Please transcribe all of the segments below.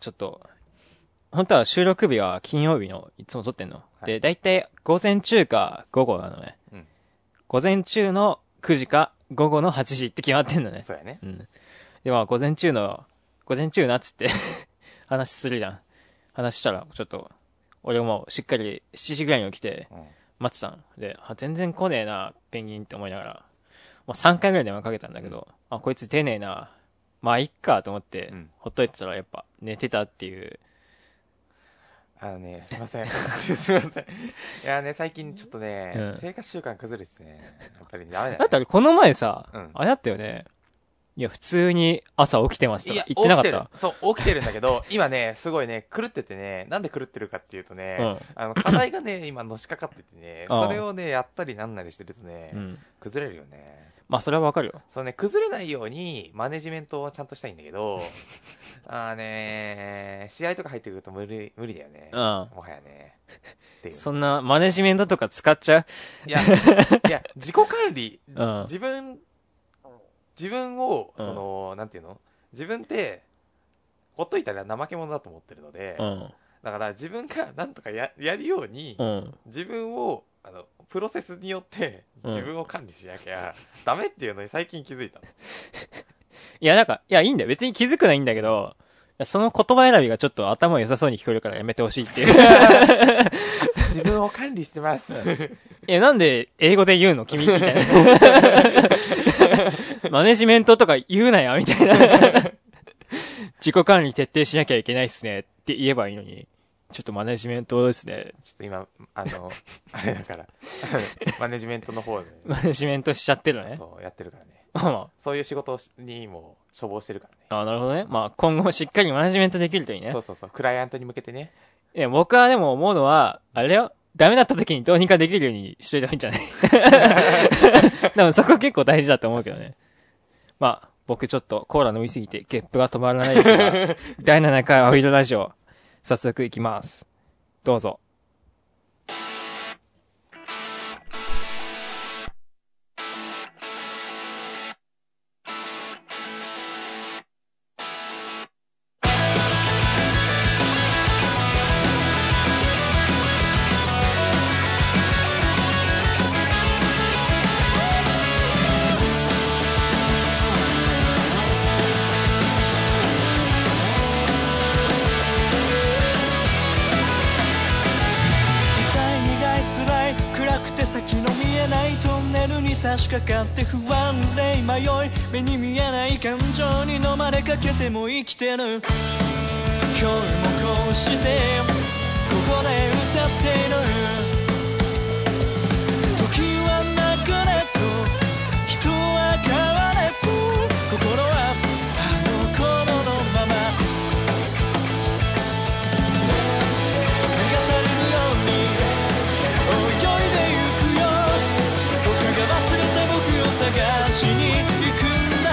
ちょっと、本当は収録日は金曜日の、いつも撮ってんの。いで、だいたい午前中か午後なのね。うん午前中の9時か午後の8時って決まってんのね。そうやね。うん。で、まあ、午前中の、午前中なっつって、 話するじゃん。話したら、ちょっと、俺もしっかり7時ぐらいに起きて、うん。待ってたんで、あ、全然来ねえな、ペンギンって思いながら、まあ、3回ぐらい電話かけたんだけど、あ、こいつ出ねえな、まあ、いっかと思って、うんほっといてたらやっぱ寝てたっていう、あのね、すいません。 すいません。いやね、最近ちょっとね、うん生活習慣崩れですね。やっぱりねダメだだねってあれこの前さ、うんあれだったよね。いや、普通に朝起きてますとか言ってなかっ起きたて。るそう、起きてるんだけど、今ね、すごいね、狂っててね、なんで狂ってるかっていうとね、うんあの、課題がね、今のしかかっててね、ああそれをね、やったりなんなりしてるとね、うん。崩れるよね。まあ、それはわかるよ。そうね、崩れないように、マネジメントをちゃんとしたいんだ けど、あーね試合とか入ってくると無理、無理だよね。うん。もはやね。って いうそんな、マネジメントとか使っちゃいや、いや、自己管理、ううん。自分、自分を、うんその、なんていうの自分って、ほっといたら怠け者だと思ってるので、うん。だから自分がなんとかややるように、うん。自分を、あの、プロセスによってうん自分を管理しなきゃ ダメっていうのに最近気づ いたの。いや、なんか、いや、いいんだよ。別に気づくのはいいんだけど、いやその言葉選びがちょっと頭良さそうに聞こえるからやめてほしいっていう。自分を管理してます。え、なんで英語で言うの君みたい な。マネジメントとか言うなよみたいな。自己管理徹底しなきゃいけないっすねって言えばいいのに。ちょっとマネジメントですね。ちょっと今、あの、 あれだから、マネジメントの方で、マネジメントしちゃってるのね。そう、やってるからね。まあまそういう仕事をしにも処方してるからね。あ。あなるほどね。まあ今後もしっかりマネジメントできるといいねそう。そうそう、クライアントに向けてね。いや、僕はでも思うのは、あれだよ。ダメだった時にどうにかできるようにしといた方がいいんじゃない でもそこ結構大事だと思うけどね。まあ、僕ちょっとコーラ飲みすぎてゲップが止まらないです が、第7回青色ラジオ、早速いきます。どうぞ。痛い苦い辛い暗くて先の見えないトンネルに差し掛かって不安で迷い目に見えない感情に飲まれかけても生きてる今日もこうしてここで歌っている時は流れと人は変われと心はあの頃のまま流されるように泳いでゆくよ僕がいる忘れた僕を探しに行くんだ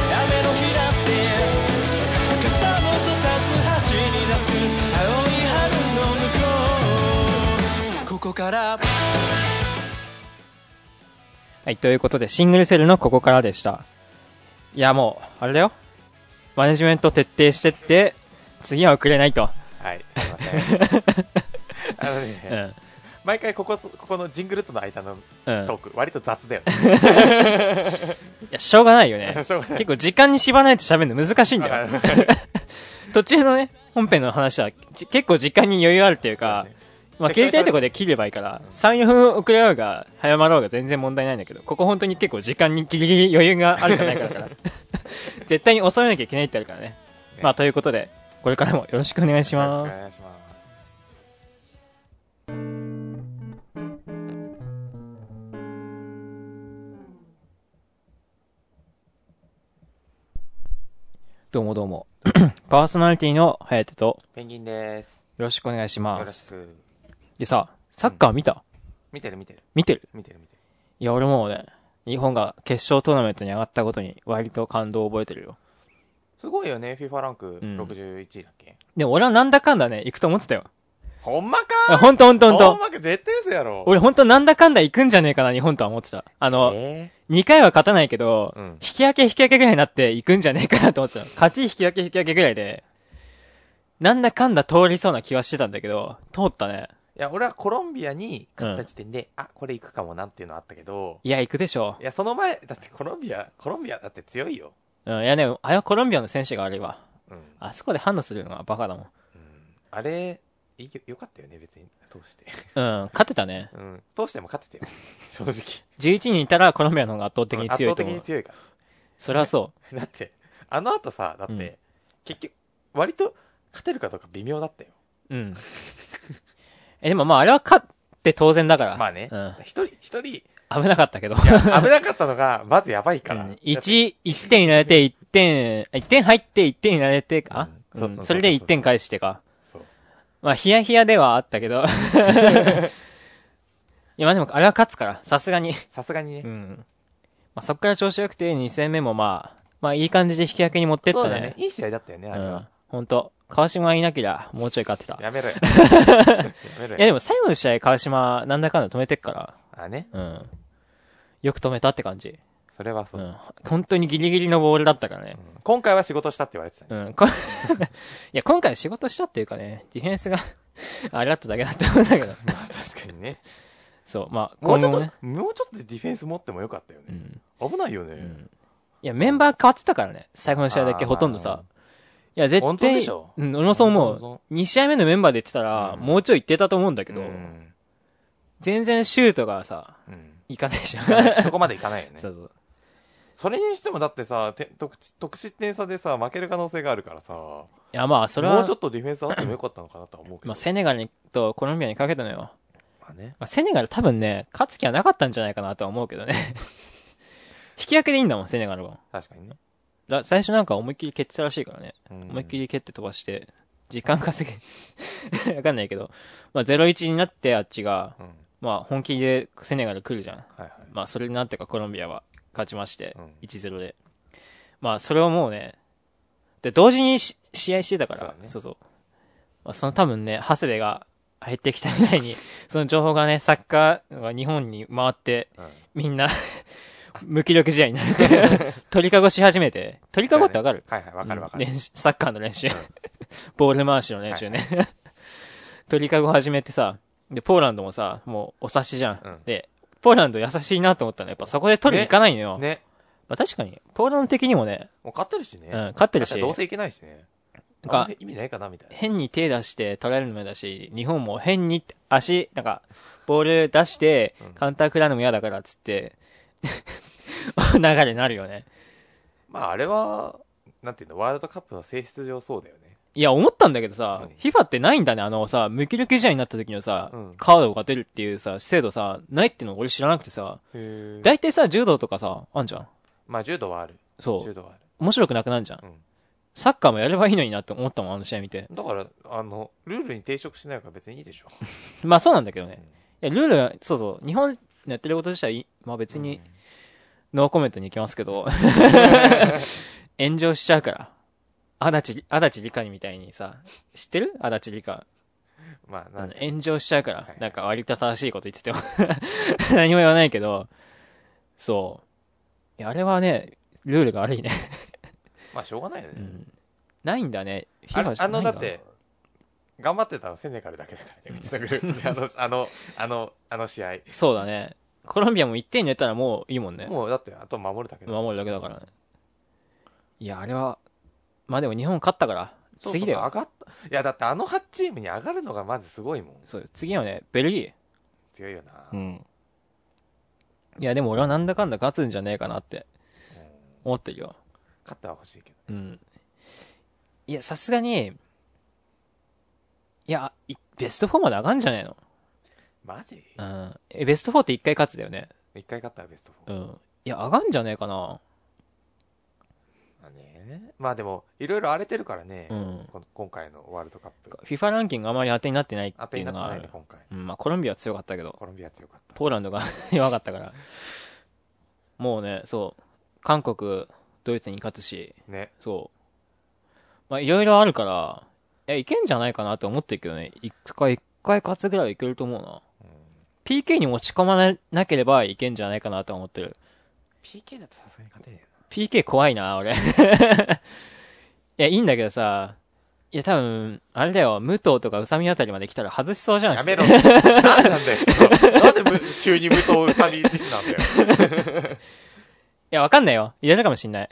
雨の日だって傘もささず走り出す青い春の向こうここからはい、ということで、シングルセルのここからでした。いや、もう、あれだよ。マネジメント徹底してって、次は遅れないと。はい、すいません。 あのね、うん。毎回ここ、ここのジングルとの間のうん。トーク、割と雑だよね。。いや、しょうがないよね しょうがない結構時間に縛らないと喋るの難しいんだよ。わかる途中のね、本編の話はじ結構時間に余裕あるっていうか、まあで切りたいとこで切ればいいから、3、4分遅れようが早まろうが全然問題ないんだけど、ここ本当に結構時間にギリギリ余裕があるかないかだ から、絶対に収めなきゃいけないってあるからね。まあということで、これからもよろしくお願いしよろましくおす。願いします。どうもどうも。 パーソナリティの颯と、ペンギンです。よろしくお願いしよまろしす。く。でさ、サッカー見た見てる見てる。見てる見てる見てる。いや、俺もうね、日本が決勝トーナメントに上がったことに割と感動を覚えてるよ。すごいよね、FIFA ランクうん61位だっけ、でも俺はなんだかんだね、行くと思ってたよ。ほんまかあほんとほんとほんほと。んまか絶対嘘やろ。俺ほんとなんだかんだ行くんじゃねえかな、日本とは思ってた。あの、え2回は勝たないけど、うん引き分け引き分けぐらいになって行くんじゃねえかなと思ってた。勝ち引き分け引き分けぐらいで、なんだかんだ通りそうな気はしてたんだけど、通ったね。ーいや、俺はコロンビアに勝った時点で、あ、これ行くかもなっていうのあったけど、いや、行くでしょいや、その前、だってコロンビア、コロンビアだって強いよ。う。うん、いやね、あれはコロンビアの選手があれば、うん。あそこで判断するのはバカだもん。あれ、いいよ、よかったよね、別に、通して。うん、勝てたね。うん。 通しても勝 てたよ。正直。 11人いたらコロンビアの方が圧倒的うんに圧強倒いと的思う。に強いかそれはそら。だって、あの後さ、だって、うん結局、割と勝てるかどうか微妙だったよ。う。うん。え、でもまあ、あれは勝って当然だから。まあねうん。。一、人、一人、危なかったけど。危なかったのが、 まずやばいから。 1、1点になれて、1点、1点入って、1点になれてか、ううんそん、うそれで1点返してか。そう。まあ、ヒヤヒヤではあったけど。い や、まあでも、あれは勝つから、さすがに。さすがにね。うん。まあ、そっから調子良くて、2戦目もまあ、まあ、いい感じで引き分けに持ってったね。そうだね。いい試合だったよね、うあれんは。。ほんと。川島がいなきゃ、もうちょい勝ってた。いやめ ろよ。やめろや、よ。でも最後の試合、川島、なんだかんだ止めてっかあね。ら。うん。よく止めたって感じ。それはそうう、ん。本当にギリギリのボールだったからね。今回は仕事したって言われてたね。うん。こ いや、今回仕事したっていうかね、ディフェンスが、 あれだっただけだと思うんだけど。まあ確かにね。そう、まあ、もう今ちょ後っもと、ね。もうちょっとでディフェンス持ってもよかったようね。ん。危ないよね。んいや、メンバー変わってたからね。最後の試合だけあーほとんどさ。いや、絶対。本当でしょうん、俺もそう本当思本う。2試合目のメンバーで言ってたら、うんもうちょい行ってたと思うんだけけど、ど、全然シュートがさ、うんいかないじゃん。そこまでいかないよ ねそ。うそう。それにしてもだってさ、て得得失点差でさ、負ける可能性があるからさ、もいや、まあ、それは、うちょっとディフェンスあってもよかったのかなとは思うけど。まあ、セネガルにとコロンビアにかけたのよ。まあね。まあ、セネガル多分ね、勝つ気はなかったんじゃないかなとは思うけどね。 引き分けでいいんだもん、セネガルは。確かにね。だ最初なんか思いっきり蹴ってたらしいからね。うん思いっきり蹴って飛ばして、時間稼げ、わ かんないけど。まあ、0-1になってあっちが、うん。はいまあ、本気でセネガル来るじゃん。はい。まあ、それになんとかコロンビアは勝ちまして、うん1-0で。まあ、それはもうね、で、同時にし試合してたから、そそうう,、だねそうまあ、その多分ね、長谷部が入ってきたぐらいに、その情報がね、サッカーが日本に回って、うんみんな、 無気力試合になって、 鳥かごし始めて、鳥かごってわかるはいはい、わかるわかうるん。練習サッカーの練習。 ボール回しの練習ね。 鳥かご始めてさ、で、ポーランドもさ、もうお察しじゃん。うんで、ポーランド優しいなと思ったのやっぱそこで取りに行かないのよ。ね。まあ、確かに、ポーランド的にもね、もう勝ってるしね。うん、勝ってるしだ、どうせいけないしね。があんま意味ないかなみたいな。変に手出して取られるのも嫌だし、日本も変に足、なんか、ボール出してうん、カウンター食らうのも嫌だからっつって、 流れになるよね。まああれは、なんていうの、ワールドカップの性質上そうだよね。いや、思ったんだけどさ、うん FIFA ってないんだね。あのさ、無気力試合になった時のさ、うんカードが出るっていうさ、制度さ、ないっていうの俺知らなくてさ、へ大体さ、柔道とかさ、あんじゃん。まあ柔道はある。そ柔う。道はある。面白くなくなるじゃん,、うんサッカーもやればいいのになって思ったもん、あの試合見て。だから、あの、ルールに抵触しないから別にいいでしょ。まあそうなんだけどね。いや、ルール、そうそう、日本のやってること自体、まあ別に、ノーコメントに行きますけ ど、炎上しちゃうから。足立、足立理香みたいにさ、知ってる足立理香。まあ、なあんのて炎上しちゃうから、はいなんか割と正しいこと言ってても 何も言わないけど、そう。いや、あれはね、ルールが悪いね。 まあしょうがないよね。うん。ないんだね。あ FIFA じゃあないの、んだだって、頑張ってたのセネガルだけだからね、うちのグル ープであの、あの、あの、あの試合。そうだね。コロンビアも1点入れたらもういいもんね。もうだって、あと守るだけだ守るだけだからね。いや、あれは、まあでも日本勝ったから、そうそう次だ上よ。がった。いや、だってあの8チームに上がるのがまずすごいもん。そう、次はね、ベルギ強いよな。ー。ん。いや、でも俺はなんだかんだ勝つんじゃねえかなって、思ってるよ。勝っては欲しいけど。うん。いや、さすがに、いや、いベスト4まで上がんじゃねえのマジうん。え、ベスト4って1回勝つだよね。一回勝ったらベストう4。ん。いや、上がんじゃねえかな。まあね。まあでも、いろいろ荒れてるからね。うんこ今回のワールドカップ。 FIFA ランキングあまり当てになってない当ってていにうのなってがあないねる、。今回。うん、まあコロンビアは強かったけど、コロンビア強かった。ポーランドが 弱かったから。もうね、そう。韓国、ドイツに勝つし、ね。そう。まあいろいろあるから、え、いけんじゃないかなと思ってるけどね。一回回勝つぐらいはいけると思うな。PK に持ち込まななければいけんじゃないかなとは思ってる。 PK だとさすがに勝てねえ PK 怖いな、俺。 いや、いいんだけどさ、いや、多分、あれだよ、武藤とか宇佐美あたりまで来たら外しそうじゃなないやですめ ろ。なんなんだよ。そのなんでむ急に無糖うさみ出てたんだよ。いや、わかんないよ。入れたかもしんない。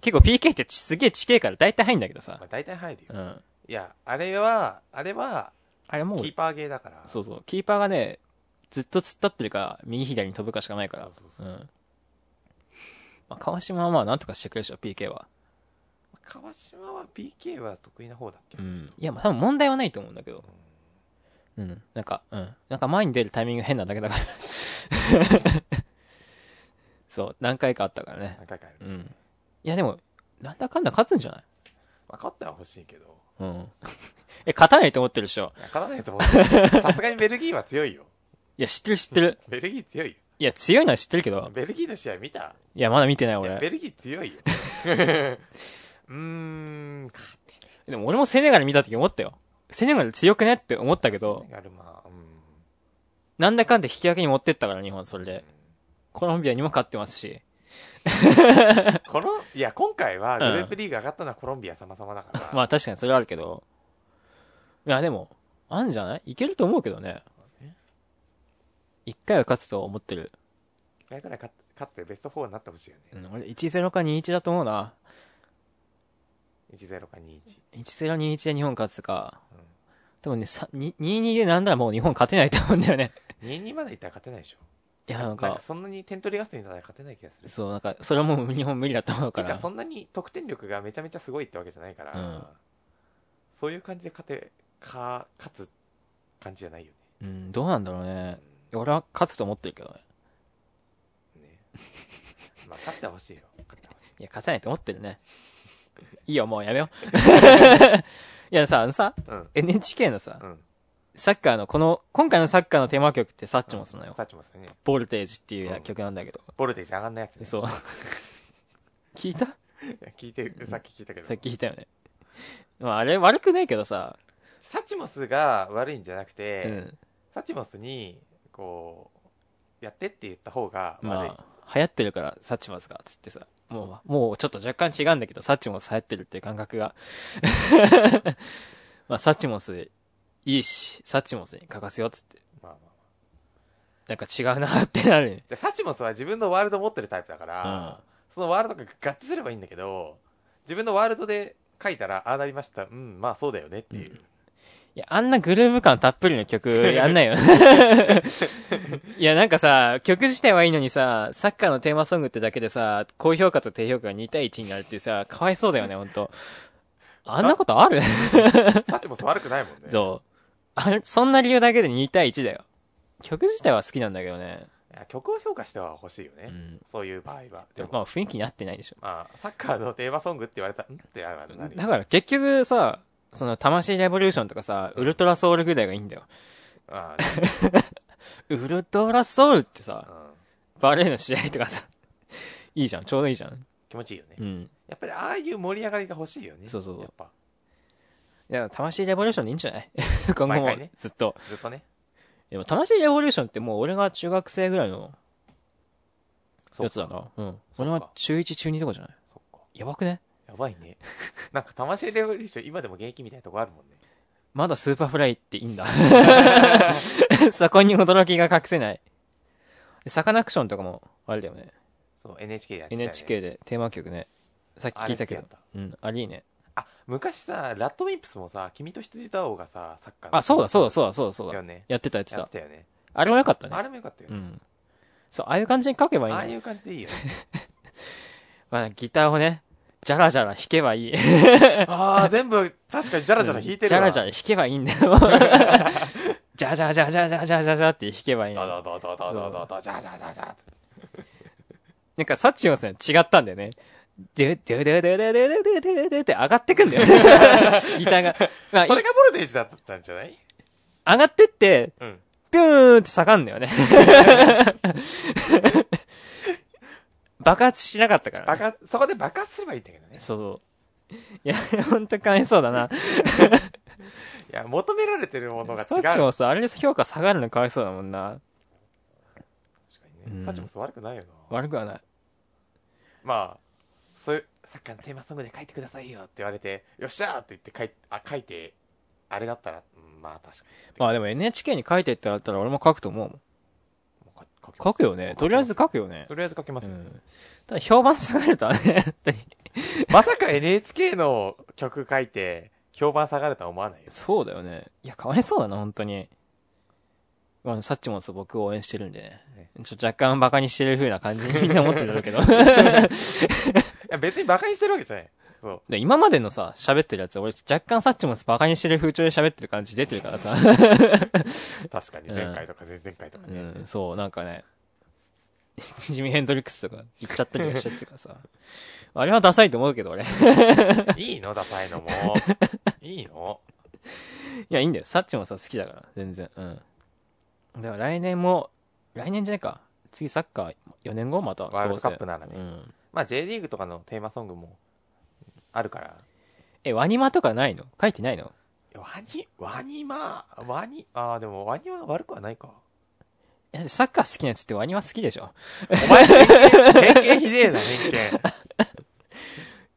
結構 PK ってちすげえ地形から大体入んだけどさま。あ、大体入るよ。うん。いや、あれは、あれは、あれもうキー、パーゲーだから。そうそう。キーパーがね、ずっと突っ立ってるか、右左に飛ぶかしかないから。そうそうそううん。まあ、川島はまあ、なんとかしてくれるでしょ、PK は。川島は PK は得意な方だっけ、うん。いや、まあ、多分問題はないと思うんだけど。うん。なんか、うん。なんか前に出るタイミング変なだけだから。 そう。何回かあったからね。何回かやりうました、ん。いや、でも、なんだかんだ勝つんじゃないまあ、勝っては欲しいけど、うん。 え、勝たないと思ってるでしょ。いや勝たないと思うよ。さすがにベルギーは強いよ。いや、知ってる知ってる。ベルギー強いいや、強いのは知ってるけよ。ど。ベルギーの試合見たいや、まだ見てないいや俺。ベルギー強いよ。うーん、勝ってでも俺もセネガル見た時思ったよ。セネガル強くねって思ったけるど、がるまあ、うん。なんだかんだ引き分けに持ってったから日本それで。コロンビアにも勝ってますし。この、いや、今回はグうんループリーグ上がったのはコロンビア様々だか ら、まあ確かにそれはあるけど。いやでも、あんじゃないいけると思うけどね。一回は勝つと思ってる。一回ぐらい勝っ勝ってベスト4になってほしいようね。ん、俺1-0か2-1だと思うな。 1-0か2-1。 1-0、2-1で日本勝つか。多分ね、さに2-2でなんだらもう日本勝てないと思うんだよね。 2-2までいったら勝てないでしょ。いや なんなんかか、そんなに点取り合戦になったら勝てない気がする。そう、なんか、それはもう日本無理だと思うかてらか、。そんなに得点力がめちゃめちゃすごいってわけじゃないから、うんそういう感じで勝て、か、勝つ感じじゃないようん、どうなんだろうね。俺は勝つと思ってるけどね。ね。 ねまあ、勝ってほしいよ。勝ってほしい。いや、勝てないと思ってるね。 いいよ、もうやめよう。 いやさ、あのさ、うん。 NHK のさう、ん。サッカーの、この、今回のサッカーのテーマ曲ってサッチモスなのよ。サッチもすね。ボルテージっていう曲なんだけど。ボルテージ上がんないやつね。そう。 聞いたいや聞いてる、さっき聞いたけど。さっき聞いたよね。まあ、あれ悪くないけどさ、サチモスが悪いんじゃなくて、うん。サチモスに、こう、やってって言った方が悪い。まあ、流行ってるからサッチモスが、つってさ。もう、もうちょっと若干違うんだけど、サッチモス流行ってるっていう感覚が。 まあ、サッチモスいいし、サッチモスに欠かすよ、つって。まあまあ。なんか違うなってなるね。じゃあサチモスは自分のワールド持ってるタイプだから、うんそのワールドが合致すればいいんだけど、自分のワールドで書いたら、ああなりました。うん、まあそうだよねっていう。いや、あんなグルーヴ感たっぷりの曲やんない よ。いや、なんかさ、曲自体はいいのにさ、サッカーのテーマソングってだけでさ、高評価と低評価が2対1になるってさ、かわいそうだよね、ほんと。あんなことあ るサチモス悪くないもんね。 そう。あれそんな理由だけで2対1だよ。曲自体は好きなんだけどね。いや曲を評価しては欲しいよね。うんそういう場合は。でも、まあ、雰囲気に合ってないでしょ。まあ、サッカーのテーマソングって言われたら、んってなるなるだから結局さ、その、魂レボリューションとかさ、ウルトラソウルぐらいがいいんだよ。あウルトラソウルってさあ、うんバレーの試合とかさ、 いいじゃん、ちょうどいいじゃん。気持ちいいよね。うん。やっぱりああいう盛り上がりが欲しいよね。そうそうそうやっぱ、いや、魂レボリューションでいいんじゃない 今後毎も回ね、ずっと。ずっとね。でも、魂レボリューションってもう俺が中学生ぐらいのそうやかつだな。うん。そう俺かは中1、中2とかじゃないそっか。やばくねやばいね。なんか、魂レボリューション、今でも現役みたいなとこあ るもんね。まだスーパーフライっていいんだ。 そこに驚きが隠せない。サカナクションとかも、あれだよね。そう、NHK でやってたよね。 NHK でテーマ曲ね。さっき聞いたけどあれ好きだっ。うん、あれいいね。あ、昔さ、ラッドウィンプスもさ、君と羊と青がさ、サッカーのあ、そうだ、そうだ、そうだ、そうだ、そうだよだ。ね。やってた、やってやったて。たよね。あれも良かったねあ。れもよかったようね。ん。そう、ああいう感じに書けばいいあのあにいう感じでいいよね。まあ、ギターをね、じゃらじゃら弾けばいい。ああ、全部、確かにジャラジャラ弾いてるわ。じゃらじゃラ。ら弾けばいいんだよ。 じゃじゃじゃじゃじゃじゃじゃじゃって弾けばいいダの。ダダダダダダダ、ジャラジャラジャラジャラって。なんか、サッチのさん違ったんだよね。ででででででででででって上がってくんだよ ね。ギターが。まあ、それ上がボルテージだったんじゃないがってって、うん。ピューンって下がんだよね。爆発しなかったから、爆ね。発、そこで爆発すればいいんだけどね。そうそう。いや、ほんとかわいそうだな。いや、求められてるものがサ違う。ッチもさ、あれで評価下がるのかわいそうだもんな。確かにうね。んサッチもそう悪くないよな。悪くはない。まあ、そういう、サッカーのテーマソングで書いてくださいよって言われて、よっしゃーって言って書いあ書いて、あれだったら、うんまあ確かに。まあでも NHK に書いてってなったら俺も書くと思うもん。もう書書くよね。とりあえず書きま書くよねす。とりあえず書きますうよ。ん。ただ評判下がるとはね、本当に。まさか NHK の曲書いて、評判下がるとは思わないよ。 そうだよね。いや、かわいそうだな、本当に。まあ、サッチもそう僕を応援してるんでね。ちょっと若干バカにしてる風な感じにみんな思ってるけど。 いや、別に馬鹿にしてるわけじゃない。そう。で今までのさ、喋ってるやつ、俺若干サッチもバカにしてる風潮で喋ってる感じ出てるからさ。確かに前回とか前々回とかうね。ん、そう、なんかね。ジミヘンドリックスとか言っちゃったりもしてるから さ。あれはダサいと思うけど、俺。いいいのダサ いのも。いいのや、いいんだよ。サッチもさ、好きだから、全然。うん。だから来年も、来年じゃないか。次サッカー4年後また。ワールドカップなどらねうせうん。まあ J リーグとかのテーマソングもあるから。え、ワニマとかないの書いてないのワニ、ワニマワニ、ああ、でもワニは悪くはないか。えサッカー好きなやつってワニマ好きでしょお前、偏見、偏見ひでえな、偏見。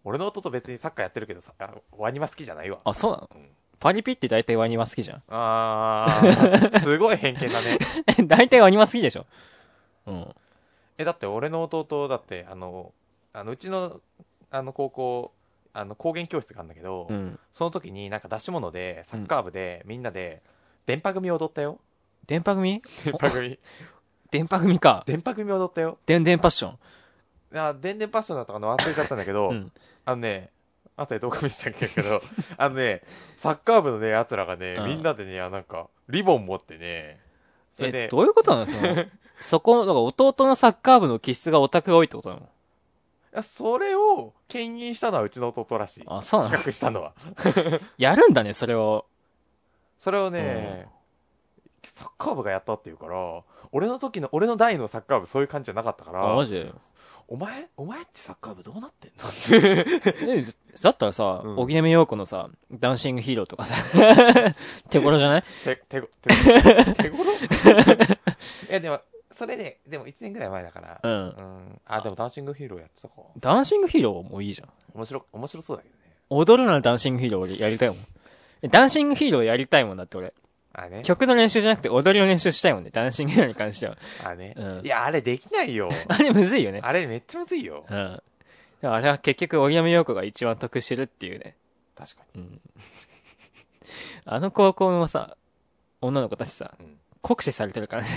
俺の弟別にサッカーやってるけどさ、あワニマ好きじゃないわ。あ、そうなのうんパリピって大体ワニマ好きじゃん。 あー、すごい偏見だね。え大体ワニマ好きでしょうん。え、だって俺の弟だって、あの、あのうちの、あの高校、あの高原教室があるんだけど、うん。その時になんか出し物で、サッカー部で、みんなで、電波組踊ったよ。電波組電波組。電波組か。 電波組踊ったよ。電電パッション。あ、電電パッションだったかな忘れちゃったんだけど、うん。あのね、あとで動画見せたんだけ ど、あのね、サッカー部のね、奴らがね、うんみんなでね、あなんか、リボン持ってね、それえ、で、どういうことなのそ の、そこ、だから弟のサッカー部の気質がオタクが多いってことなのあそれを、牽引したのはうちの弟らしい。あ、そうなの企画したのは。やるんだね、それを。それをね、サッカー部がやったっていうから、俺の時の、俺の代のサッカー部そういう感じじゃなかったかあ、マら、ジで。お前、お前ってサッカー部どうなってん のえだったらさ、うん荻山洋子のさ、ダンシングヒーローとか さ、手頃じゃない手、手ご、手ご、手ごろいや、でも、それで、でも1年ぐらい前だから、うん。うん。あ、でもダンシングヒーローやってたか。ダンシングヒーローもいいじゃん。面白、面白そうだけどね。踊るならダンシングヒーロー俺やりたいもん。えダンシングヒーローやりたいもんだって俺。あね。曲の練習じゃなくて踊りの練習したいもんね、ダンシングヒーローに関しては。あねう。んいや、あれできないよ。 あれむずいよね。あれめっちゃむずいよう。ん。でもあれは結局、荻山洋子が一番得してるっていうね。確かに。うん。 あの高校のさ、女の子たちさ、うん酷使されてるからね。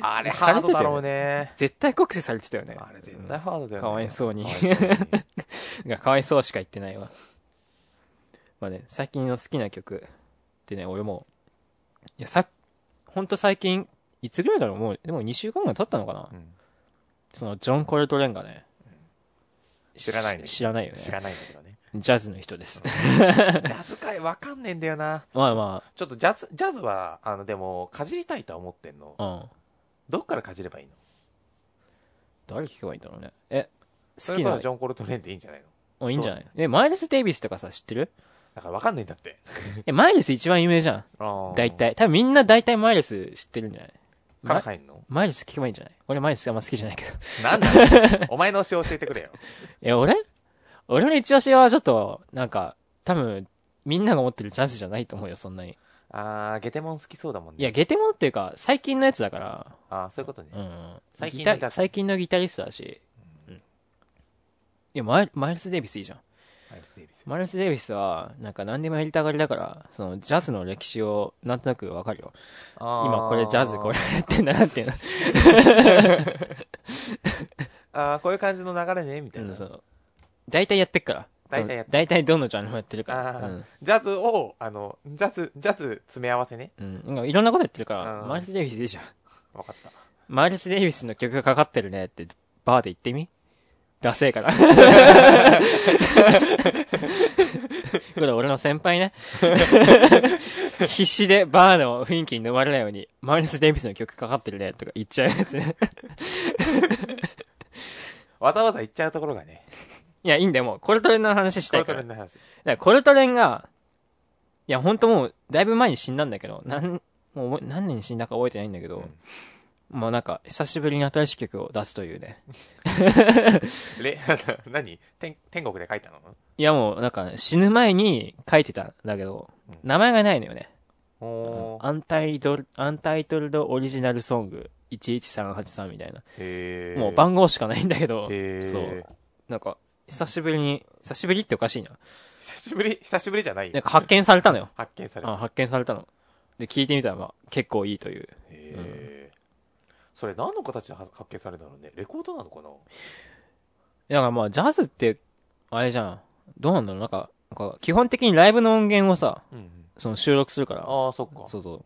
あれさハれてたよードねだろうね。絶対酷使されてたよね。あれ絶対ハードだよね。か わいそうにかわいそうにがかわいそうしか言ってないわ。まあね、最近の好きな曲ってね、俺もう、いや、さ、ほんと最近、いつぐらいだろうもう、でも2週間ぐらい経ったのかな、うんその、ジョン・コルトレンがね、知らないねし知らないよね知。らないんだけどね。ジャズの人です。ジャズ界わかんねえんだよな。 まあまちょっとジャズ、ジャズは、あの、でも、かじりたいとは思ってんの。あ、うん。どっからかじればいいの誰聞けばいいんだろうね。え、そ好きれこそなジ、ョン・コルトレーンでいいんじゃないのあいいんじゃないえ、マイルス・デイビスとかさ、知ってるだからわかんないんだって。え、マイルス一番有名じゃん。大。体。多分みんな大体マイルス知ってるんじゃないからま入んのマイルス聞けばいいんじゃない俺マイルスあんま好きじゃないけど。なんだ ろうお前の推し教えてくれよ。え、俺俺の一押しはちょっと、なんか、多分、みんなが持ってるチャンスじゃないと思うよ、そんなに。あー、ゲテモン好きそうだもんね。いや、ゲテモンっていうか、最近のやつだから、あー、そういうことね。うん。最近ギのタジャズ最近のギタリストだし、うん。いや、マイマイルス・デイビスいいじゃん。マイルス・デイビス。マイルス・デイビスは、なんか何でもやりたがりだから、その、ジャズの歴史をなんとなくわかるよ。今今これジャズこれ。やってんだなっていうの。あー、こういう感じの流れね、みたいな。その大体やってっから。大体やって大体どのジャンルもやってるから。あージャズを、あの、ジャズ、ジャズ詰め合わせね。うん。うん。なんかいろんなことやってるから、うんマイルス・デイビスでしょ。わかった。マイルス・デイビスの曲がかかってるねって、バーで言ってみダセえから。これ俺の先輩ね。必死でバーの雰囲気に飲まれないように、マイルス・デイビスの曲かかってるねとか言っちゃうやつね。わざわざ行っちゃうところがね。いや、いいんだよ、もう。コルトレンの話したいから。これだかの話。らコルトレンが、いや、ほんともう、だいぶ前に死んだんだけど、なん、もう覚え何年に死んだか覚えてないんだけど、もうなんか、久しぶりに新しい曲を出すというね。れ、 何天天国で書いたのいや、もう、なんか、死ぬ前に書いてたんだけどうん、名前がないのよね。おー。アンタイドル、アンタイトルドオリジナルソング11383みたいな。へもう番号しかないんだけど、へそーう。なんか、久しぶりに、久しぶりっておかしいな。久しぶり、久しぶりじゃないなんか発見されたのよ。発見されあた。発見されたの。で、聞いてみたら、まあ、結構いいという。へーそれ何の形で発発見されたのねレコードなのかないやだからまあ、ジャズって、あれじゃん。どうなんだろうなんか、なんか基本的にライブの音源をさ、うん。その収録するから。ああ、そっか。そうそう。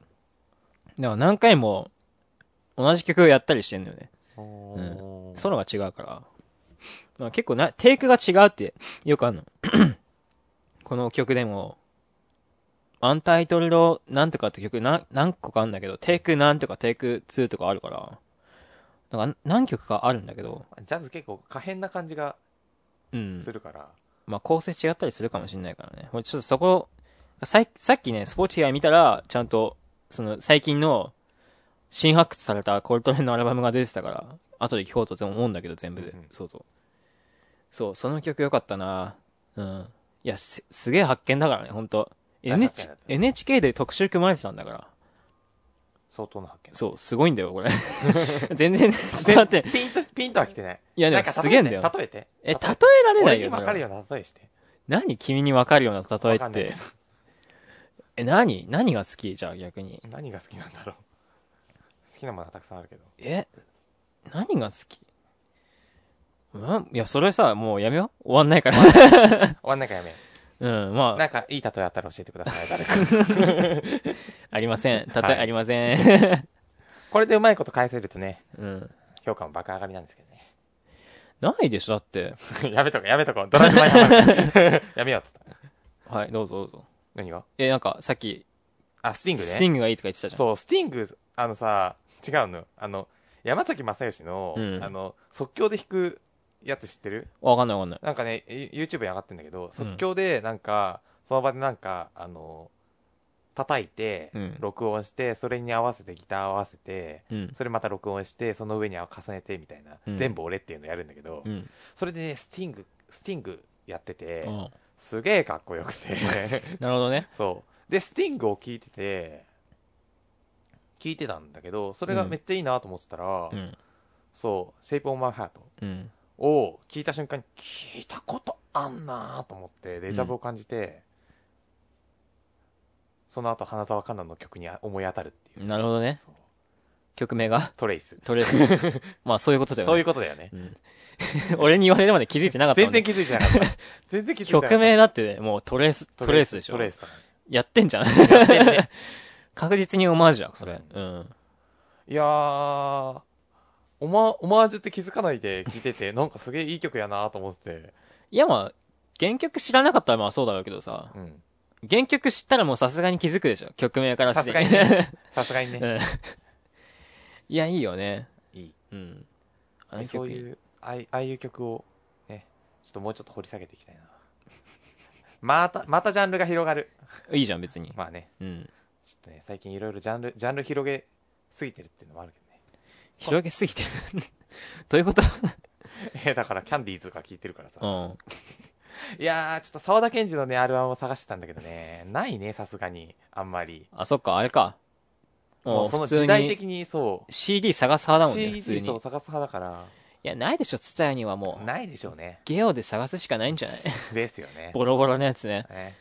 だから何回も、同じ曲をやったりしてんだよね。おーソロが違うから。まあ結構な、テイクが違うってよくあるの。 この曲でも、アンタイトルドなんとかって曲な何個かあるんだけど、テイクなんとかテイク2とかあるから、なんか何曲かあるんだけど、ジャズ結構可変な感じがうん。するから。まあ構成違ったりするかもしれないからね。もうちょっとそこ、さいさっきね、スポーティア見たら、ちゃんと、その最近の新発掘されたコールトレインのアルバムが出てたから、後で聴こうと思うんだけど全部で。うんうんそうそう。そう、その曲良かったなうん。いや、す、すげえ発見だからね、ほんと。NH 確かに NHK で特集組まれてたんだから。相当な発見。そう、すごいんだよ、こ れ。全然伝わって。ピンと、ピンとは来てない。いや、でなもんかすげえんだよ。例えて。え、例例えてえられないよ。俺そにれ分はかるような例えして。何君にわかるような例えわかっんないてけ。え、何何が好きじゃあ逆に。ど何が好きなんだろう。好きなものはたくさんあるけど。え何が好きうんいや、それさ、もうやめよう。終わんないから。終わんないからやめよ うん、う。まなあ、んかいい例えあったら教えてください。誰か。ありません。例はえいありませ ん。これでうまいこと返せるとね、うん。評価も爆上がりなんですけどね。ないでしょだって。 やめとこう、やめとこう。ドライブ前に 黙るやめようっつった。はい、どうぞどうぞ。何がえ、なんか、さっき、あ、スティングね。スイングがいいとか言ってたじゃん。そう、スティング、あのさ、違うの。あの、山崎正義の、うんあの、即興で弾くやつ知ってるわかんないわかんない。なんかね、ユ YouTube に上がってんだけど、即興でなんか、その場でなんか、あの、叩いてうん、録音して、それに合わせてギター合わせて、うん。それまた録音して、その上に重ねてみたいな、うん全部俺っていうのやるんだけど、うん。それでね、スティング、スティングやっててう、んすげえかっこよくて、 なるほどね。そう。で、スティングを聞いてて、聞いてたんだけど、それがめっちゃいいなと思ってたら、うん。そう、Shape of My Heart うん。を聞いた瞬間に、聞いたことあんなと思って、デジャブを感じて、その後、花澤香菜の曲に思い当たるっていう。なるほどね。そう曲名が。トレイス。とりあえ ず。まあ、そういうことだよね。そういうことだよね。俺に言われるまで気づいてなかったも全んね然気づいて なかった。全然気づいてなかった。曲名だってね、もうトレース、トレースでしょ。トレースだねやってんじゃん。 確実にオマージュだ、それ。うん。いやー、オマオマージュって気づかないで聞いてて、 なんかすげえいい曲やなと思ってて。いや、まあ、原曲知らなかったらまあそうだろうけどさ、うん。原曲知ったらもうさすがに気づくでしょ。曲名からさすすでがにに。ね。さすがに ね。うんいや、いいよね。いい。うん。あのそう曲いいいう、ああいああいう曲を、ね、ちょっともうちょっと掘り下げていきたいな。 また、またジャンルが広がる。いいじゃん、別に。まあね、うん。ちょっとね、最近いろいろジャンル、ジャンル広げすぎてるっていうのもあるけど広げすぎてる。 どういうことね。 え、だからキャンディーズとか聞いてるからさ。うん。いやー、ちょっと沢田研二のね、アルバムを探してたんだけどね、ないね、さすがに、あんまり。あ、そっか、あれか。ももううその普時通代に的にそう。 CD 探す派だもんね、普通 CD に。そうい探す派だから、や、ないでしょ、ツタヤにはもう。ないでしょうね。ゲオで探すしかないんじゃ ないですよ ね。ボロボロのやつね。ね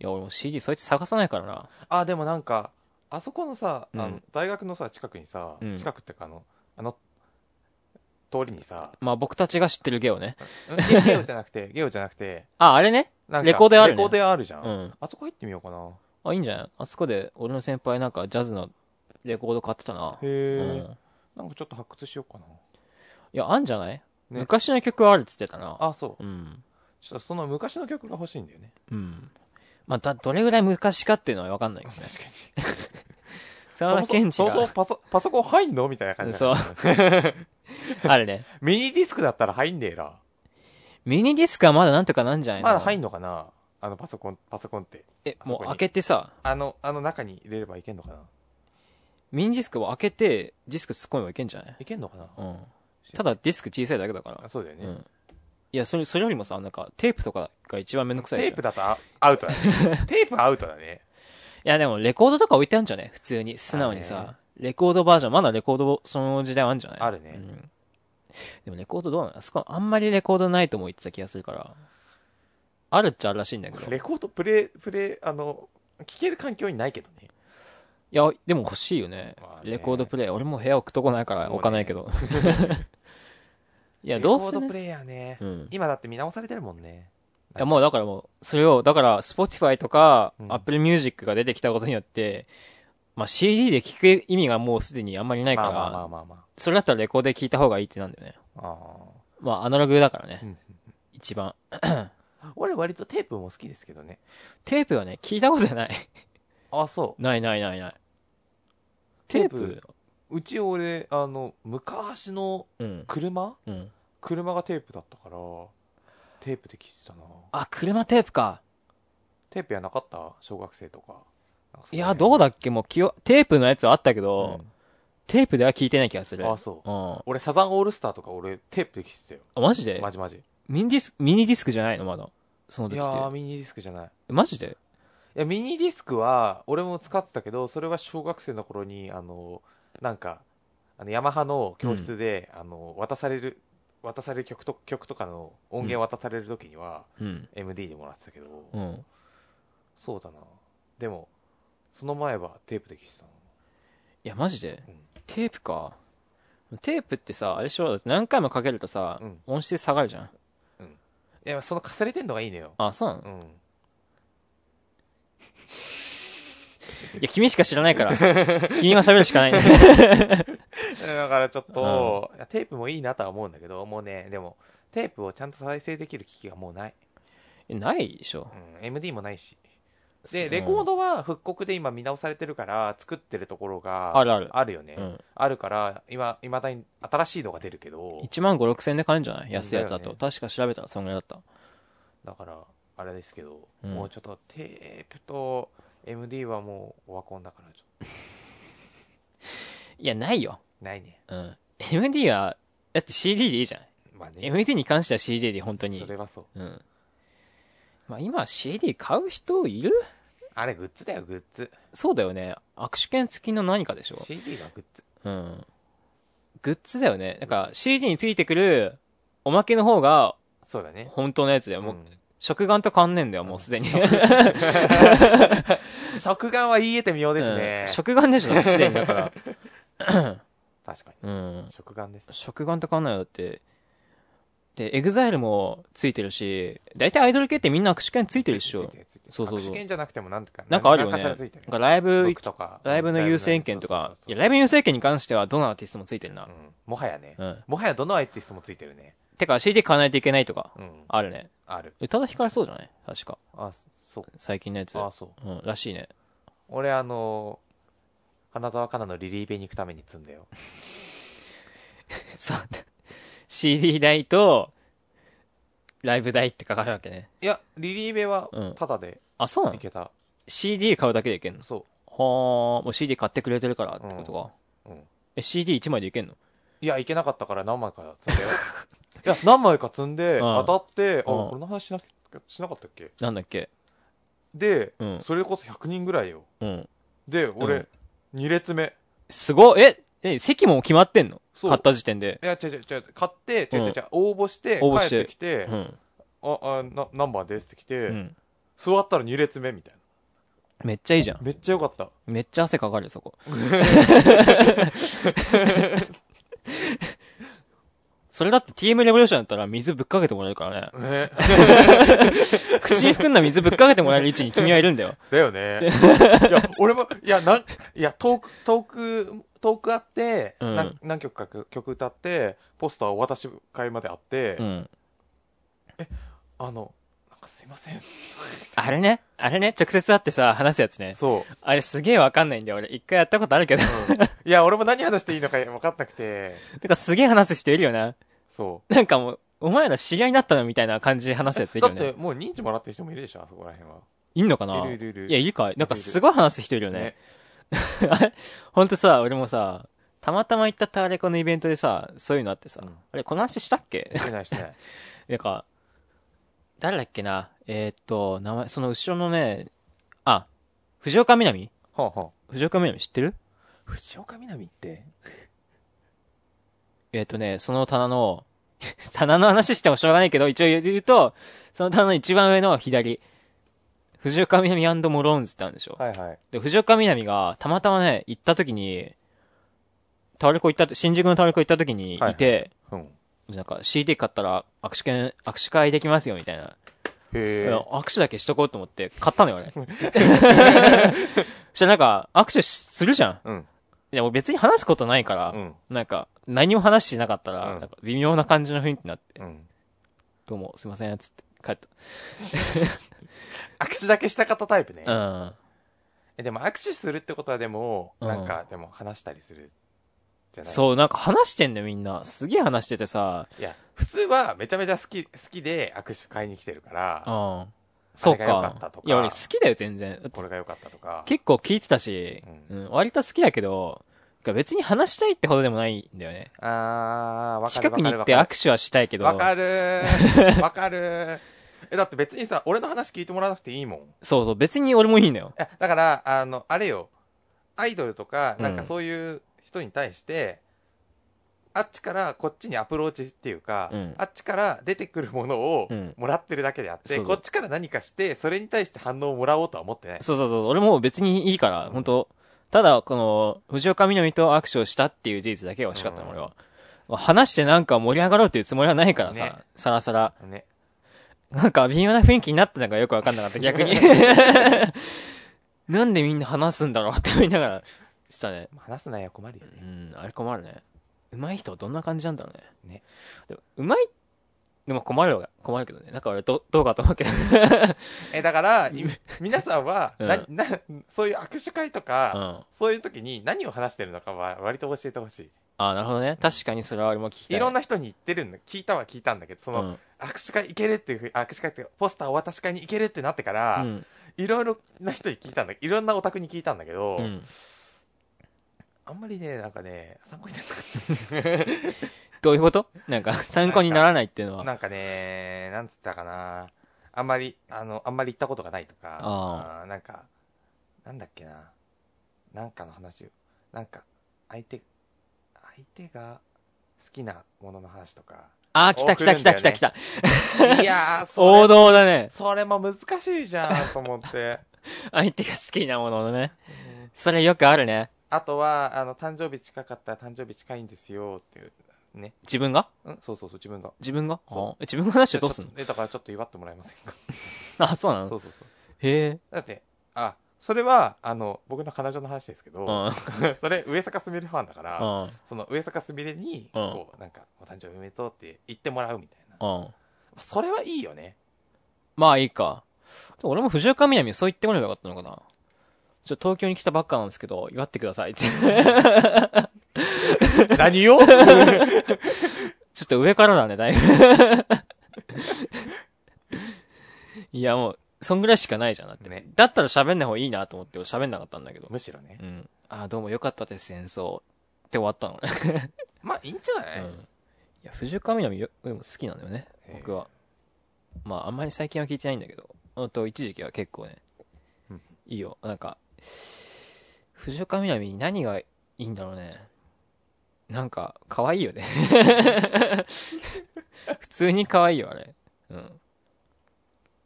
いや、俺も CD そうやって探さないからな。あ、でもなんか、あそこのさ、うあのん大学のさ、近くにさう、ん近くっていうかあの、あの、通りにさ、まあ僕たちが知ってるゲオね。うんえゲオじゃなくて、ゲ オじゃなくて、あ、あれね。なんかレコード屋あるねレコード屋あるじゃ。うんん。あそこ入ってみようかな。あ、いいんじゃないあそこで俺の先輩なんかジャズのレコード買ってたな。へうえん。。なんかちょっと発掘しようかな。いや、あんじゃないね昔の曲はあるっつってたな。あ、そう。うん。ちょっとその昔の曲が欲しいんだよね。うん。まあ、だ、どれぐらい昔かっていうのはわかんないけどね。確かに。沢田健二そが。もそもパソ、 パソコン 入んのみたいな感じだね。あるね。ミニディスクだったら入んねえな。ミニディスクはまだなんとかなんじゃないのまだ入んのかなあのパソコン、パソコンって。え、あそもこにう開けてさ、あの、あの中に入れればいけんのかなミニディスクを開けて、ディスク突っ込めばいけんじゃないいけんのかなうん。ただディスク小さいだけだからあ。そうだよね。うん。いや、それ、それよりもさ、なんか、テープとかが一番めんどくさいじゃんテープだとアアウトだね。テープアウトだね。いや、でも、レコードとか置いてあるんじゃない普通に。素直にあーねさ。レコードバージョン、まだレコード、その時代はあるんじゃないあるねうんでも、レコードどうなのあそこ、あんまりレコードないとも言ってた気がするから。あるっちゃあるらしいんだけど。いレコードプレイ、プレイ、あの、聞ける環境にないけどね。や、でも欲しいよねま。あねレコードプレイ。俺も部屋置くとこないからもうね置かないけど。 いや、レどコうーせドね、プレイヤーねう。ん。今だって見直されてるもんね。いや、もうだからもう、それを、だから、Spotify とかう、ん Apple Music が出てきたことによって、まあ CD で聞く意味がもうすでにあんまりないかまあまあまあら、まあまそれだったらレコードで聞いた方がいいってなんだよね。あ。あまあ、アナログだからーうね。ん一番。俺割とテープも好きですけどね。テープはね、聞いたことない。 あ、そないないないない。テーテーププう。うち俺、あの、昔のうん。車うん。車がテープだったから、テープで聞いてたな。あ、車テープか。テープやなかった小学生とか。なんかそいこら辺や、どうだっけもう、きよ、テープのやつはあったけど、うテープでは聞いてない気がする。んあ、そう。うん。俺、サザンオールスターとか俺、テープで聞いてたよ。あ、マジでマジマジ。ミニディスク、ミニディスクじゃないのまだ。そのい時やー、って。ミニディスクじゃない。マジでいや、ミニディスクは、俺も使ってたけど、それは小学生の頃に、あの、なんか、あの、ヤマハの教室で、あの、渡される、渡される曲と、曲とかの音源渡される時には、うん。 MD でもらってたけど、うん。そうだな。でも、その前はテープで聞いてたの。いや、マジでうんテープか。テープってさ、あれでしょだって何回もかけるとさうん、音質下がるじゃん。いや、そのかされてんのがいいのよ。あ、そうなのうん。 いや、君しか知らない から。君が喋るしかない。だからちょっと、いやテープもいいなとは思うんだけど、もうね、でも、テープをちゃんと再生できる機器がもうない。ないでしょ。うん、MD もないし。うで、んレコードは復刻で今見直されてるから、作ってるところが、あるあるよね。うんあるから、今、未だに新しいのが出るけど、 1万5、6千で買えるんじゃない安いやつだと。うんだ確か調べたらそんぐらいだった。だから、あれですけど、うんもうちょっとテープと MD はもうオワコンだから、ちょっいや、ないよ。と、ないね。うん。MD は、だって CD でいいじゃん。まあね。 MD に関しては CD で本当にそ。れはそう。うん。まあ今 CD 買う人いるあれ、グッズだよ、グッズ。そうだよね。握手券付きの何かでしょ CD はグッズ。うん。グッズだよね。だから CD についてくるおまけの方がそうだね。本当のやつだよ。もう、ん食玩と変わんねえんだよ、もうすでに。食玩は言い得てみようですねう。ん食玩でしょ、すでに。だ から。確かうんに。。食玩です。食玩と変わんないよ、だって。で、エグザイルもついてるし、大体アイドル系ってみんな握手券ついてるでしついょて。るついてるそうそうそう握手券じゃなくてもなんとか。なんかあるよね。何なかんしらついてるかライブ、僕とか。ライブの優先権とか、いライや、ブライブの優先権に関してはどのアーティストもついてるなの。うんもはやね。うん。もはやどのアーティストもついてるね。てか CD 買わないといけないとか、うん。あるね。ある。宇多田ヒカルそうじゃない確か。あ、そう。最近のやつ。あ、そう。うん、らしいね。 俺あのー、花澤香菜のリリーベに行くために積んだよ。そうだ。CD 代と、ライブ代ってかかるわけね。いや、リリーベはうん、タダであ、そうな行のけた。 ?CD 買うだけでいけんのそはあ、もう CD 買ってくれてるからってことか。う。うん。え、CD1 枚でいけんのいや、行けなかったから何枚か積んだ よ。いや、何枚か積んで、ん当たって、あ、うんこれの話しなきゃしなかったっけなんだっけで、うんそれこそ100人ぐらいよ。うん。で、うん俺、二2列目。すごいえ、え、席も決まってんのそう買った時点で。いや、違う違う違う、買って、違ううん違う違う、応募して、応募し帰っててきて、うん。あ、あ、な、何番ですって来て、うん。座ったら2列目みたいな。めっちゃいいじゃん。めっちゃよかった。めっちゃ汗かかるよ、そ こ。それだって TM レボリューションだったら水ぶっかけてもらえるからね。ね。 口に含んだ水ぶっかけてもらえる位置に君はいるんだ よ。だよね。いや、俺も、いや、なん、いや、トーク、トーク、トークあって、うんなん何曲か曲曲歌って、ポスターお渡し会まであって、うん。あの、なんかすいません。あれね、あれね、直接会ってさ、話すやつね。そう。あれすげえわかんないんだよ、俺。一回やったことあるけど。 いや、俺も何話していいのか分かんなくて、てかすげえ話す人いるよな。そなんかもう、お前ら知り合いになったのみたいな感じで話すやついるだよっねて。もう認知もらってる人もいるでしょあそこら辺はいんのかないるいるいるや、いるか。なんかすごい話す人いるよね。 あれほんとさ、俺もさ、たまたま行ったタワレコのイベントでさ、そういうのあってさ、うんあれ、この話したっけしてないして ないなんか、誰だっけなえーっと、名前、その後ろのね、あ、藤岡みなみほんほん藤岡みなみ知ってる藤岡みなみってえーっとね、その棚の、 棚の話してもしょうがないけど、一応言うと、その棚の一番上の左、藤岡みなみモローンズってあるんでしょはいはいで、藤岡みなみが、たまたまね、行った時に、タワレコ行ったと、新宿のタワレコ行った時にいて、うんへなんか CD 買ったら握手券、握手会できますよ、みたいな。え握手だけしとこうと思って、買ったの よ、俺。そしたらなんか、握手するじゃん。うんいや、もう別に話すことないから、うんなんか、何も話してなかったら、うんなんか微妙な感じの雰囲気になって、うんどうも、すいません、つって帰った。握手だけした方タイプねうん。えでも握手するってことはでもうんなんかでも話したりするじゃないそう、なんか話してんだよ、みんな。すげえ話しててさ、いや普通はめちゃめちゃ好き好きで握手買いに来てるかうらん。そうあれが良かったかと。かいや、俺好きだよ、全然。これが良かったとか結構聞いてたし、うん、割と好きだけど、別に話したいってほどでもないんだよね。あーわか近るくに行わっかてるわかる握手はしたいけど、わか るーわかるーえだって別にさ俺の話聞いてもらわなくていいもんそうそう、別に俺もいいんだよ。いやだからあのあれよアイドルとかうんなんかそういう人に対して、あっちからこっちにアプローチっていうか、うんあっちから出てくるものをうんもらってるだけであって、そうそうこっちから何かしてそれに対して反応をもらおうとは思ってないそうそうそう、俺も別にいいから、本当ただ、この、藤岡みなみと握手をしたっていう事実だけが欲しかったの、うん俺は。話してなんか盛り上がろうっていうつもりはないからさ、ねさらさら。ねなんか微妙な雰囲気になったのがよくわかんなか った、逆に。なんでみんな話すんだろうって思いながら、したね。話す内容困るよねうん、あれ困るね。上手い人はどんな感じなんだろうね。ね。でも、上手い、でも困るわ、困るけどね。なんか俺ど、どうかと思うけ ど。えだからい皆さんは、うんななそういう握手会とか、うん。あそういう時に何を話してるのかは割と教えてほしあ、なるほどね。確かにそれは俺も聞きい。たい。いろんな、な人に言ってるんだ、聞いたは聞いたんだけど、その、うん。握手会行けるっていうふうに、握手会っていうかポスターお渡し会に行けるってなってかうら、ん。いろいろな人に聞いたんだいろんなオタクに聞いたんだけど、うん。あんまりね、なんかね、参考にならなかっどういうことなんか、参考にならないっていうのた。 は。なんかね、なんつったかな。あんまり、あの、あんまり行ったことがないとか、ああーなんか、なんだっけな。なんかの話を、なんか、相手、相手が好きなものの話 とか。ああ、来た来た来た来た来た。いやー、そ王れ、道だね。それも難しいじゃん、と思って。相手が好きなもののね。それよくあるね。あとは、あの、誕生日近かったら誕生日近いんですよ、っていう。ね。自分がうんそうそうそう、自分が。自分がそうあえ自分の話はどうすんのちょっとえだからちょっと祝ってもらえませんか。あ、そうなのそうそうそう。へえ。だって、あ、それは、あの、僕の彼女の話ですけうど、ん。うん。 それ、上坂すみれファンだから、うん。その上坂すみれうに、んこう、なんか、お誕生日おめでとうって言ってもらうみたいな。うん。まあそれはいい よね。まあいいか。でも俺も藤岡みなみにそう言ってもらえばよかったのかな。ちょ、東京に来たばっかなんですけど、祝ってくださいって。 何をちょっと上からだね、だいぶ。 いや、もう、そんぐらいしかないじゃん、だって。 ねだったら喋んない方がいいなと思って、俺喋んなかったんだけど。むしろねう。ん。あー、どうもよかったです、演奏。って終わったのね。まあ、いいんじゃない、うん。いや、藤岡みなみよ、でも好きなんだよねへ、え僕は。まあ、あんまり最近は聞いてないんだけど、あと、一時期は結構ねうん、いいよ。なんか、藤岡みなみに何がいいんだろうね。なんか、可愛い よね。普通に可愛いよ、あれ。うん。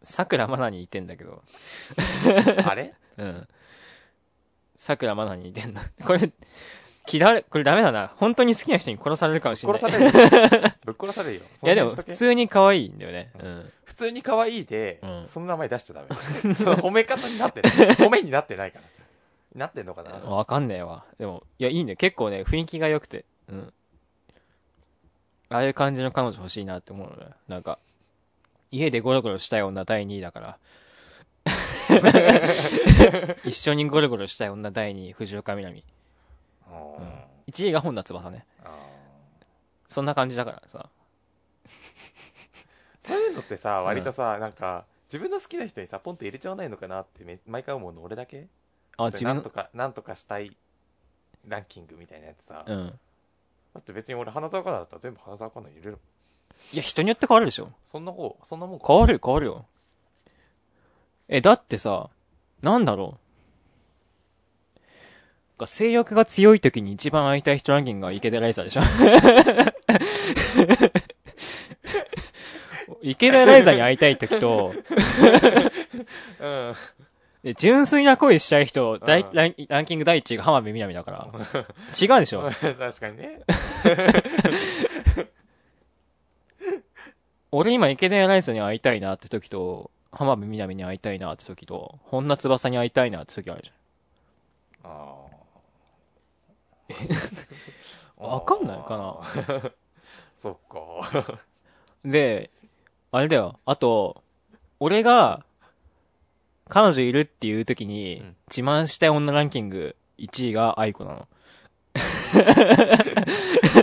桜まなに似てんだけど、あれうん。桜まな に似てんだ。これ、嫌われ、これダメだな。本当に好きな人に殺されるかもしれな殺い。されるよ。ぶっ殺されるよ。いやでもそんな普にしとけ通に可愛いんだよね。うん。普通に可愛いで、うんその名前出しちゃダメ。 その褒め方になってない。褒めになってないから。なってんのかなわかんねえわ。でも、いやいいね。結構ね、雰囲気が良くて。うん。ああいう感じの彼女欲しいなって思うのね。なんか、家でゴロゴロしたい女第2位だから。 一緒にゴロゴロしたい女第2位、藤岡みなみ。うん1位が本田翼ね。あそんな感じだからさ。そういうのってさん割とさ、なんか自分の好きな人にさポンと入れちゃわないのかなってめ毎回思うの俺だけあ、そ自れな分んと、かなんとかしたいランキングみたいなやつさ、うだん。って別に俺花澤香菜だったら全部花澤香菜入れるもんいや、人によって変わるでしょ。そんな方そんなもんか変わるよ、変わるよ。え、だってさ、なんだろう。が性欲が強い時に一番会いたい人ランキングが池田ライザーでしょ 池田ライザーに会いたい時と、うんで純粋な恋したい人、だいうんランランキング第一位が浜辺美波だから。違うでしょ 確かにね俺今池田ライザーに会いたいなって時と、浜辺美波に会いたいなって時と、本田翼に会いたいなって時あるじゃん。あ ーわかんないかな そっかで、あれだよ。あと、俺が、彼女いるっていう時にうん、自慢したい女ランキング1位が愛子なの。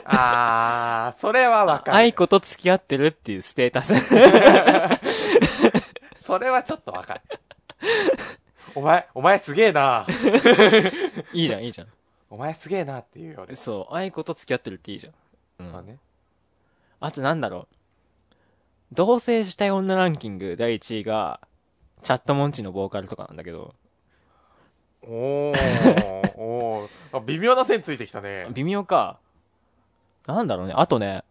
あーそれはわかる愛子と付き合ってるっていうステー タス。それはちょっとわかるお前お前すげえないいじゃん、いいじゃん。お前すげえなっていうより、そう、愛子と付き合ってるっていいじゃん。うまあん。ね、あとなんだろう。同棲したい女ランキング第1位が、チャットモンチのボーカルとかなんだけど、おーおーあ微妙な線ついてきたね微妙か。なんだろうね。あとね、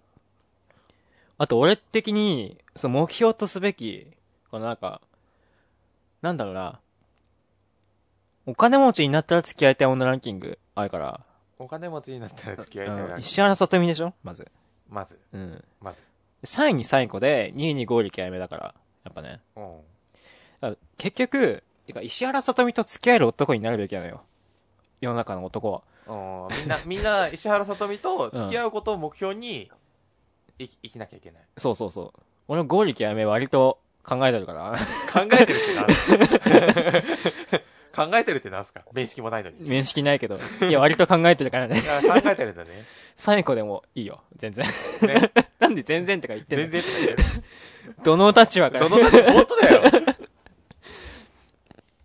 あと俺的に、その目標とすべき、このなんか、なんだろうな。お金持ちになったら付き合いたい女ランキングあるから、お金持ちになったら付き合いたいな、うん、石原さとみでしょまず。まずうん。まず3位に最後で、2位に合力やめだから、やっぱね。うんだから結局、てか石原さとみと付き合える男になるべきなのよ。世の中の男は。うんみんなみんな石原さとみと付き合うことを目標にい生きなきゃいけないそうそうそう。俺も合力やめ割と考えてるから。考えてるってなんすか考えてるってなんすか面識もないのに。面識ないけど。いや、割と考えてるからね い。や考えてるんだね。最後でもいいよ。全然。ね。 なんで全然とか言ってんの全然ってどの立場か言ら。っていどの立場、本当だよ。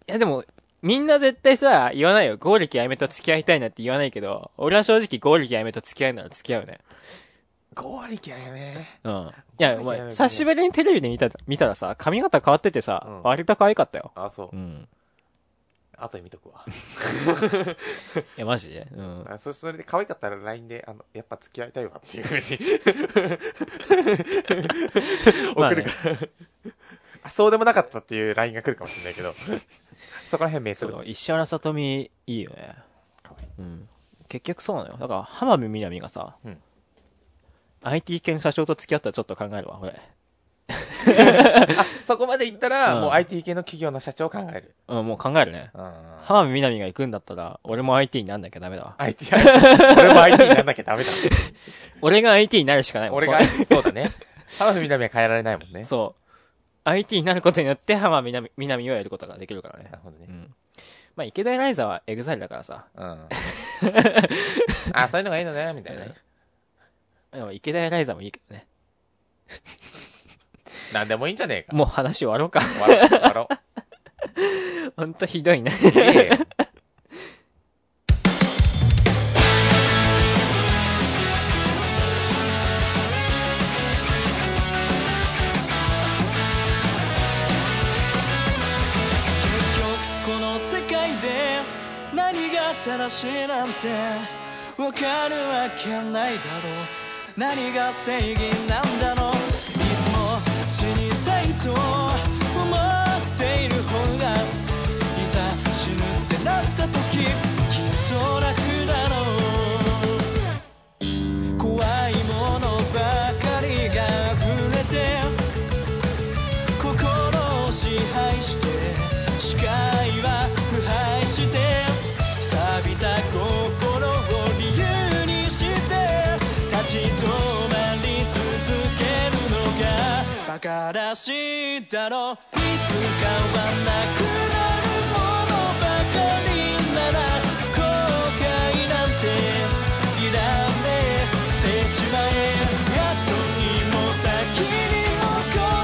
や、でも、みんな絶対さ、言わないよ。ゴーリキやめと付き合いたいなって言わないけど、俺は正直ゴーリキやめと付き合うなら付き合うね。合力やめ。うん。いや、おゴーリキや前、め久しぶりにテレビで見た、見たらさ、髪型変わっててさ、うん割と可愛かったよ。あ、そうう。ん。後で見とくわ。 いや、マジでうん。あそそれで可愛かったら LINE で、あの、やっぱ付き合いたいわっていうふうに まあ 送ねるから。あそうでもなかったっていう LINE が来るかもしれないけど。 そこら辺名すそる。う、石原さとみ、いいよね。可愛いうん。結局そうなのよ。だから、浜辺美波がさ、うん IT 系の社長と付き合ったらちょっと考えるわ、俺。そこまで行ったら、うんもう IT 系の企業の社長を考える。うん、もう考えるね。うん浜辺美波が行くんだったら、俺も IT になんなきゃダメだわ。 IT、俺も IT になんなきゃダメだ。 俺が IT になるしかないもん。俺が IT、そうだ ね。浜辺美波は変えられないもんね。そう。そう。IT になることによって浜辺美波美波をやることができるからねなる。ほどうね。ん。まあ、池田エライザーはエグザイルだからさ。 うん。あ、そういうのがいいのね、みたいなね。でも池田エライザーもいいけどね。なんでもいいんじゃねえか。もう話終わろうか。 笑ろう、笑ろう。ほんとひどいね。すげえよ結局この世界で何が正しいなんてわかるわけないだろう何が正義なんだろういつも死にたいと思っている方がいざ死ぬってなった時きっと楽だろう怖いものばかりが溢れて心を支配して視界は腐敗して錆びた心を理由にして立ち止まり続けるのが馬鹿らしいだろういつかはなくなるものばかりなら後悔なんていらねえ捨てちまえ後にも先にもこ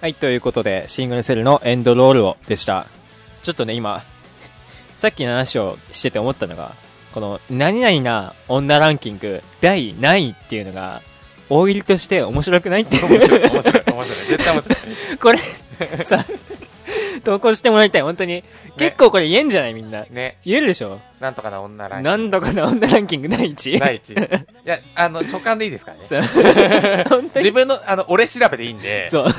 はい、ということで、シングルセルのエンドロールをでした。ちょっとね、今、 さっきの話をしてて思ったのが、この、何々な女ランキング第何位っていうのが、大喜利として面白くないって 面白い、面白い、面白い。絶対面白い。これ、 さ、投稿してもらいたい、本当に。結構これ言えんじゃないみんな。ね、言えるでしょなんとかな女ランキング。何度かの女ランキング第一位。第一位。いや、あの、所感でいいですからね。 そう本当に自。分の、あの、俺調べでいいんで、そう。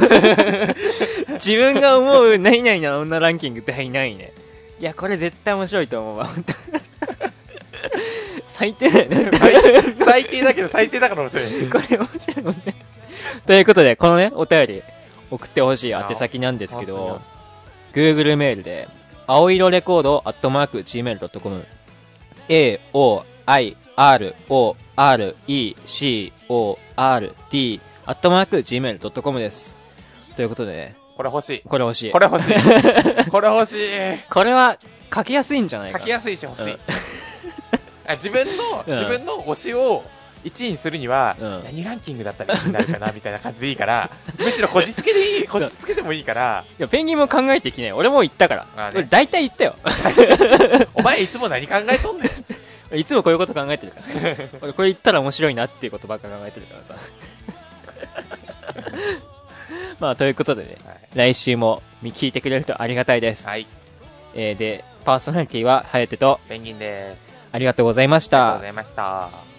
自分が思う何々な女ランキング第何位ね。いや、これ絶対面白いと思うわ、本当 最低だよね。最最低だけど最低だから面白い。これ面白いもんね。ということで、このね、お便り送ってほしい宛先なんですけど本、 Google メールで、青色レコードアットマーク Gmail.com、A, O, I, R, O, R, E, C, O, R, D, アットマーク Gmail.com です。ということでね、これ欲しい。これ欲しい。これ欲し い。これ欲しい。これは書きやすいんじゃない書かきやすいし欲しい。うんあ自分の、うん自分の推しを1位にするには、うん何ランキングだったら1位になるかなみたいな感じでいいから、むしろこじつけでいい、こじつけでもいいから、いやペンギンも考えてきね俺も言ったから、まあね俺大体言ったよお前いつも何考えとんねん。いつもこういうこと考えてるからさ俺これ言ったら面白いなっていうことばっか考えてるからさ まあということでねはい来週も聞いてくれるとありがたいです、はい、えーでパーソナリティは颯とペンギンです。ありがとうございましありがとうたございました。